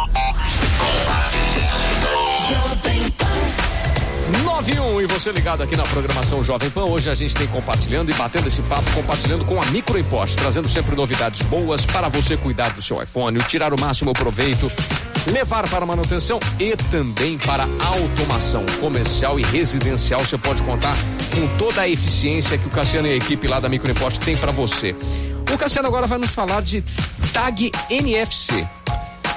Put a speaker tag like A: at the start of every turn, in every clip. A: um, você ligado aqui na programação Jovem Pan. Hoje a gente tem compartilhando e batendo esse papo, compartilhando com a Micro Import, trazendo sempre novidades boas para você cuidar do seu iPhone, tirar o máximo proveito, levar para manutenção e também para automação comercial e residencial. Você pode contar com toda a eficiência que o Cassiano e a equipe lá da Micro Import tem para você. O Cassiano agora vai nos falar de Tag NFC.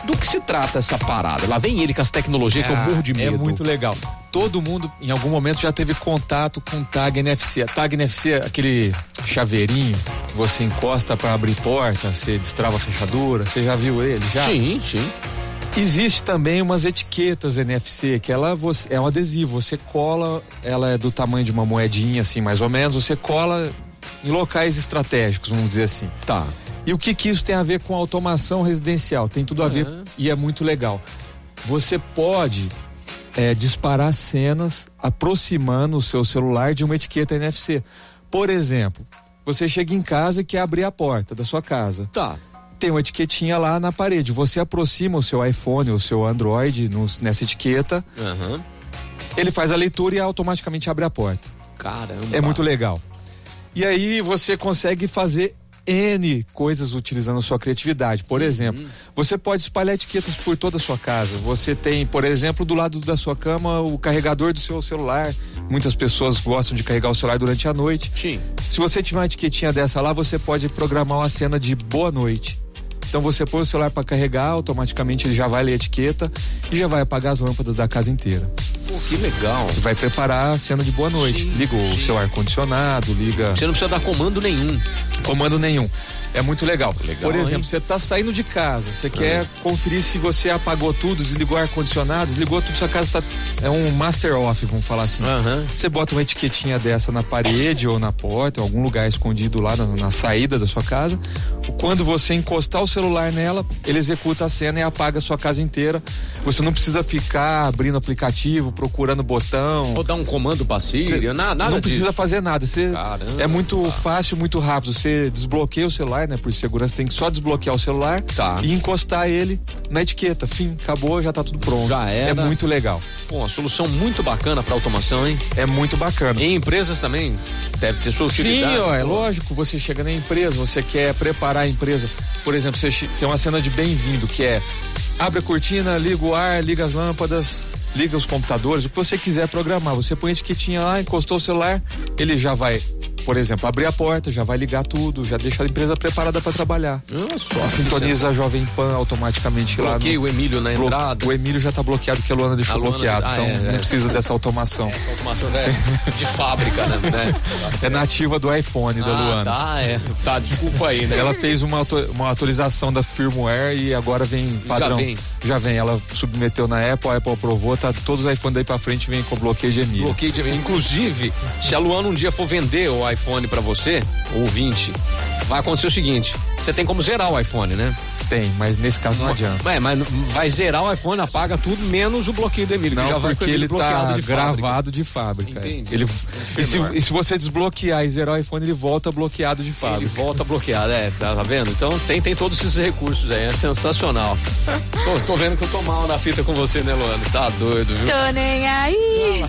A: Do que se trata essa parada? Lá vem ele com as tecnologias que eu morro de
B: É
A: medo.
B: muito legal. Todo mundo, em algum momento, já teve contato com tag NFC. A tag NFC é aquele chaveirinho que você encosta para abrir porta, você destrava a fechadura. Você já viu ele? Já?
A: Sim, sim.
B: Existe também umas etiquetas NFC, que ela você- é um adesivo, você cola, ela é do tamanho de uma moedinha, assim, mais ou menos, você cola em locais estratégicos, vamos dizer assim.
A: Tá.
B: E o que, que isso tem a ver com automação residencial? Tem tudo a ver
A: Aham.
B: e é muito legal. Você pode é, disparar cenas aproximando o seu celular de uma etiqueta NFC. Por exemplo, você chega em casa e quer abrir a porta da sua casa
A: Tá.
B: tem uma etiquetinha lá na parede. Você aproxima o seu iPhone, o seu Android no- nessa etiqueta,
A: Aham.
B: ele faz a leitura e automaticamente abre a porta.
A: Caramba.
B: É muito legal. E aí você consegue fazer N coisas utilizando a sua criatividade. Por exemplo, você pode espalhar etiquetas por toda a sua casa. Você tem, por exemplo, do lado da sua cama o carregador do seu celular. Muitas pessoas gostam de carregar o celular durante a noite.
A: Sim.
B: Se você tiver uma etiquetinha dessa lá, você pode programar uma cena de boa noite. Então você põe o celular para carregar, automaticamente ele já vai ler a etiqueta e já vai apagar as lâmpadas da casa inteira.
A: Pô, que legal.
B: E vai preparar a cena de boa noite.
A: Sim,
B: liga o
A: sim.
B: seu ar condicionado, liga
A: Você não precisa dar comando nenhum.
B: comando nenhum. É muito legal.
A: Legal,
B: Por exemplo,
A: hein?
B: você
A: É.
B: tá saindo de casa, você quer conferir se você apagou tudo, desligou o ar condicionado, desligou tudo, sua casa tá é um master off, vamos falar assim.
A: Aham.
B: Você bota uma etiquetinha dessa na parede ou na porta, ou algum lugar escondido lá na, na saída da sua casa. Quando você encostar o celular nela, ele executa a cena e apaga a sua casa inteira. Você não precisa ficar abrindo aplicativo, procurando botão.
A: Ou dar um comando pra Siri,
B: Você
A: nada, nada
B: não
A: disso.
B: precisa fazer nada. Você
A: Caramba.
B: é muito fácil, muito rápido. Você desbloqueia o celular, né? Por segurança, tem que só desbloquear o celular
A: Tá.
B: e encostar ele na etiqueta. Fim, acabou, já tá tudo pronto.
A: Já
B: É
A: era.
B: muito legal.
A: Pô, uma solução muito bacana pra automação, hein?
B: É muito bacana.
A: Em empresas também deve ter sua utilidade.
B: Sim, ó, é
A: Pô.
B: lógico, você chega na empresa, você quer preparar a empresa. Por exemplo, você che- tem uma cena de bem-vindo, que é abre a cortina, liga o ar, liga as lâmpadas, liga os computadores, o que você quiser programar. Você põe a etiquetinha lá, encostou o celular, ele já vai, por exemplo, abrir a porta, já vai ligar tudo, já deixa a empresa preparada para trabalhar.
A: Olha só,
B: Sintoniza a Jovem Pan automaticamente lá.
A: Bloqueia
B: no-
A: o Emílio na
B: Blo-
A: entrada.
B: O Emílio já tá bloqueado, porque a Luana deixou
A: A Luana-
B: bloqueado.
A: ah,
B: então
A: é,
B: não
A: é.
B: precisa dessa automação.
A: Essa automação já é de fábrica, né? né?
B: É nativa do iPhone da
A: Ah,
B: Luana.
A: tá, é. Tá, desculpa aí, né?
B: Ela fez uma, auto- uma atualização da firmware e agora vem padrão.
A: vem.
B: Já vem. Ela submeteu na Apple, a Apple aprovou, tá todos os iPhones daí pra frente vem com bloqueio de
A: Sim.
B: Emílio.
A: Bloqueio de... Inclusive, se a Luana um dia for vender o iPhone pra você, ouvinte, vai acontecer o seguinte: você tem como zerar o iPhone, né?
B: Tem, mas nesse caso não adianta.
A: É, mas vai zerar o iPhone, apaga tudo, menos o bloqueio do Emílio,
B: Não,
A: que já vai com
B: porque
A: o Emílio
B: ele tá
A: bloqueado de fábrica.
B: gravado de fábrica.
A: Entendi.
B: Ele,
A: Um
B: e, se,
A: firmware.
B: e se você desbloquear e zerar o iPhone, ele volta bloqueado de
A: Ele
B: fábrica.
A: volta bloqueado, é, tá, tá vendo? Então tem, tem todos esses recursos aí, é sensacional. tô, tô vendo que eu tô mal na fita com você, né, Luana? Tá doido, viu?
C: Tô nem aí.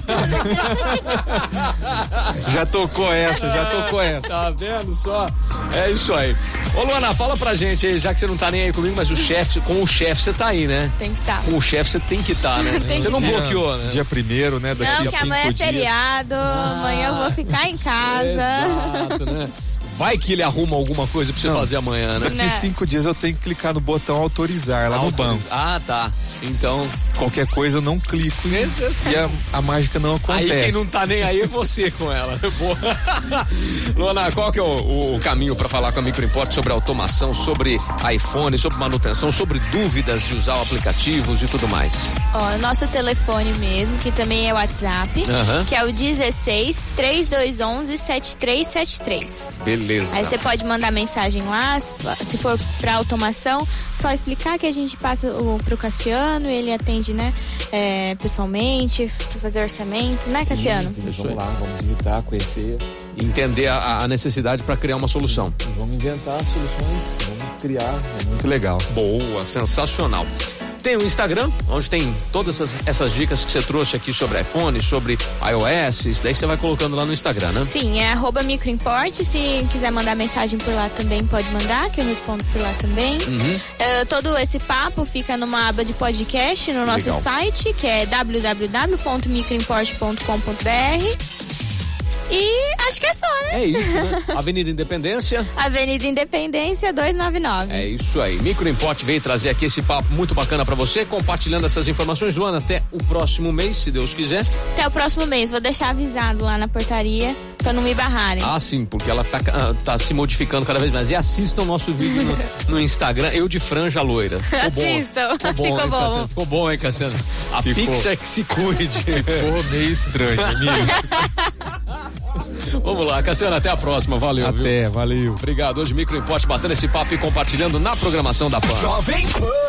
B: Já tocou essa, já tocou essa.
A: Tá vendo só? É isso aí. Ô Luana, fala pra gente aí, já que você não tá nem aí comigo, mas o chefe, com o chefe você tá aí, né?
C: Tem que estar.
A: Com o chefe você tem que estar, né?
C: Tem
A: Você
C: que
A: não
C: tá.
A: bloqueou, né?
B: Dia primeiro, né? Daqui
C: Não,
B: a
C: que
B: cinco
C: amanhã é
B: dias. Ah.
C: feriado, amanhã eu vou ficar em casa.
A: Exato, né? Vai que ele arruma alguma coisa pra você fazer amanhã, né?
B: Daqui
C: Né.
B: cinco dias eu tenho que clicar no botão autorizar lá Tá no banco.
A: Ah, tá. Então.
B: Qualquer coisa eu não clico e, e a, a mágica não
A: Aí
B: acontece.
A: quem não tá nem aí é você com ela. Boa. Luana, qual que é o, o caminho pra falar com a Microimport sobre automação, sobre iPhone, sobre manutenção, sobre dúvidas de usar aplicativos e tudo mais?
C: Ó, o nosso telefone mesmo, que também é WhatsApp,
A: Aham.
C: que é o 16 3211 7373.
A: Beleza.
B: Tá.
C: Aí você pode mandar mensagem lá, se se for pra automação, só explicar que a gente passa o, pro Cassiano, ele atende, né, é, pessoalmente, pra fazer orçamento, né, Cassiano?
A: Isso aí.
D: Vamos lá, vamos visitar, conhecer,
A: Entender a, a necessidade pra criar uma solução.
D: vamos inventar soluções, vamos criar. né?
B: Muito é legal.
A: Boa, sensacional. Tem o Instagram, onde tem todas essas, essas dicas que você trouxe aqui sobre iPhone, sobre iOS. Daí você vai colocando lá no Instagram, né?
C: Sim, é arroba microimport. Se quiser mandar mensagem por lá também, pode mandar, que eu respondo por lá também.
A: Uhum.
C: Eh, todo esse papo fica numa aba de podcast no nosso
A: Legal.
C: site, que é www.microimport.com.br. E acho que é só, né?
A: É isso, né? Avenida Independência.
C: Avenida Independência 299.
A: É isso aí. Microimport veio trazer aqui esse papo muito bacana pra você, compartilhando essas informações, Luana, até o próximo mês, se Deus quiser.
C: Até o próximo mês, vou deixar avisado lá na portaria pra não me barrarem.
A: Ah, sim, porque ela tá, ca- tá se modificando cada vez mais. E assistam o nosso vídeo no, no Instagram, eu de franja loira. Ficou bom.
C: Assistam,
A: Ficou bom,
C: ficou
A: hein,
C: bom.
A: Cassiano? Ficou bom, hein, Cassiano? A
B: Ficou.
A: Pixar é que se cuide.
B: Ficou meio estranho, menino.
A: Vamos lá, Cassiano, até a próxima. Valeu, viu?
B: Até, valeu.
A: Obrigado. Hoje, Micro Import batendo esse papo e compartilhando na programação da PAN.
E: Jovem Pan.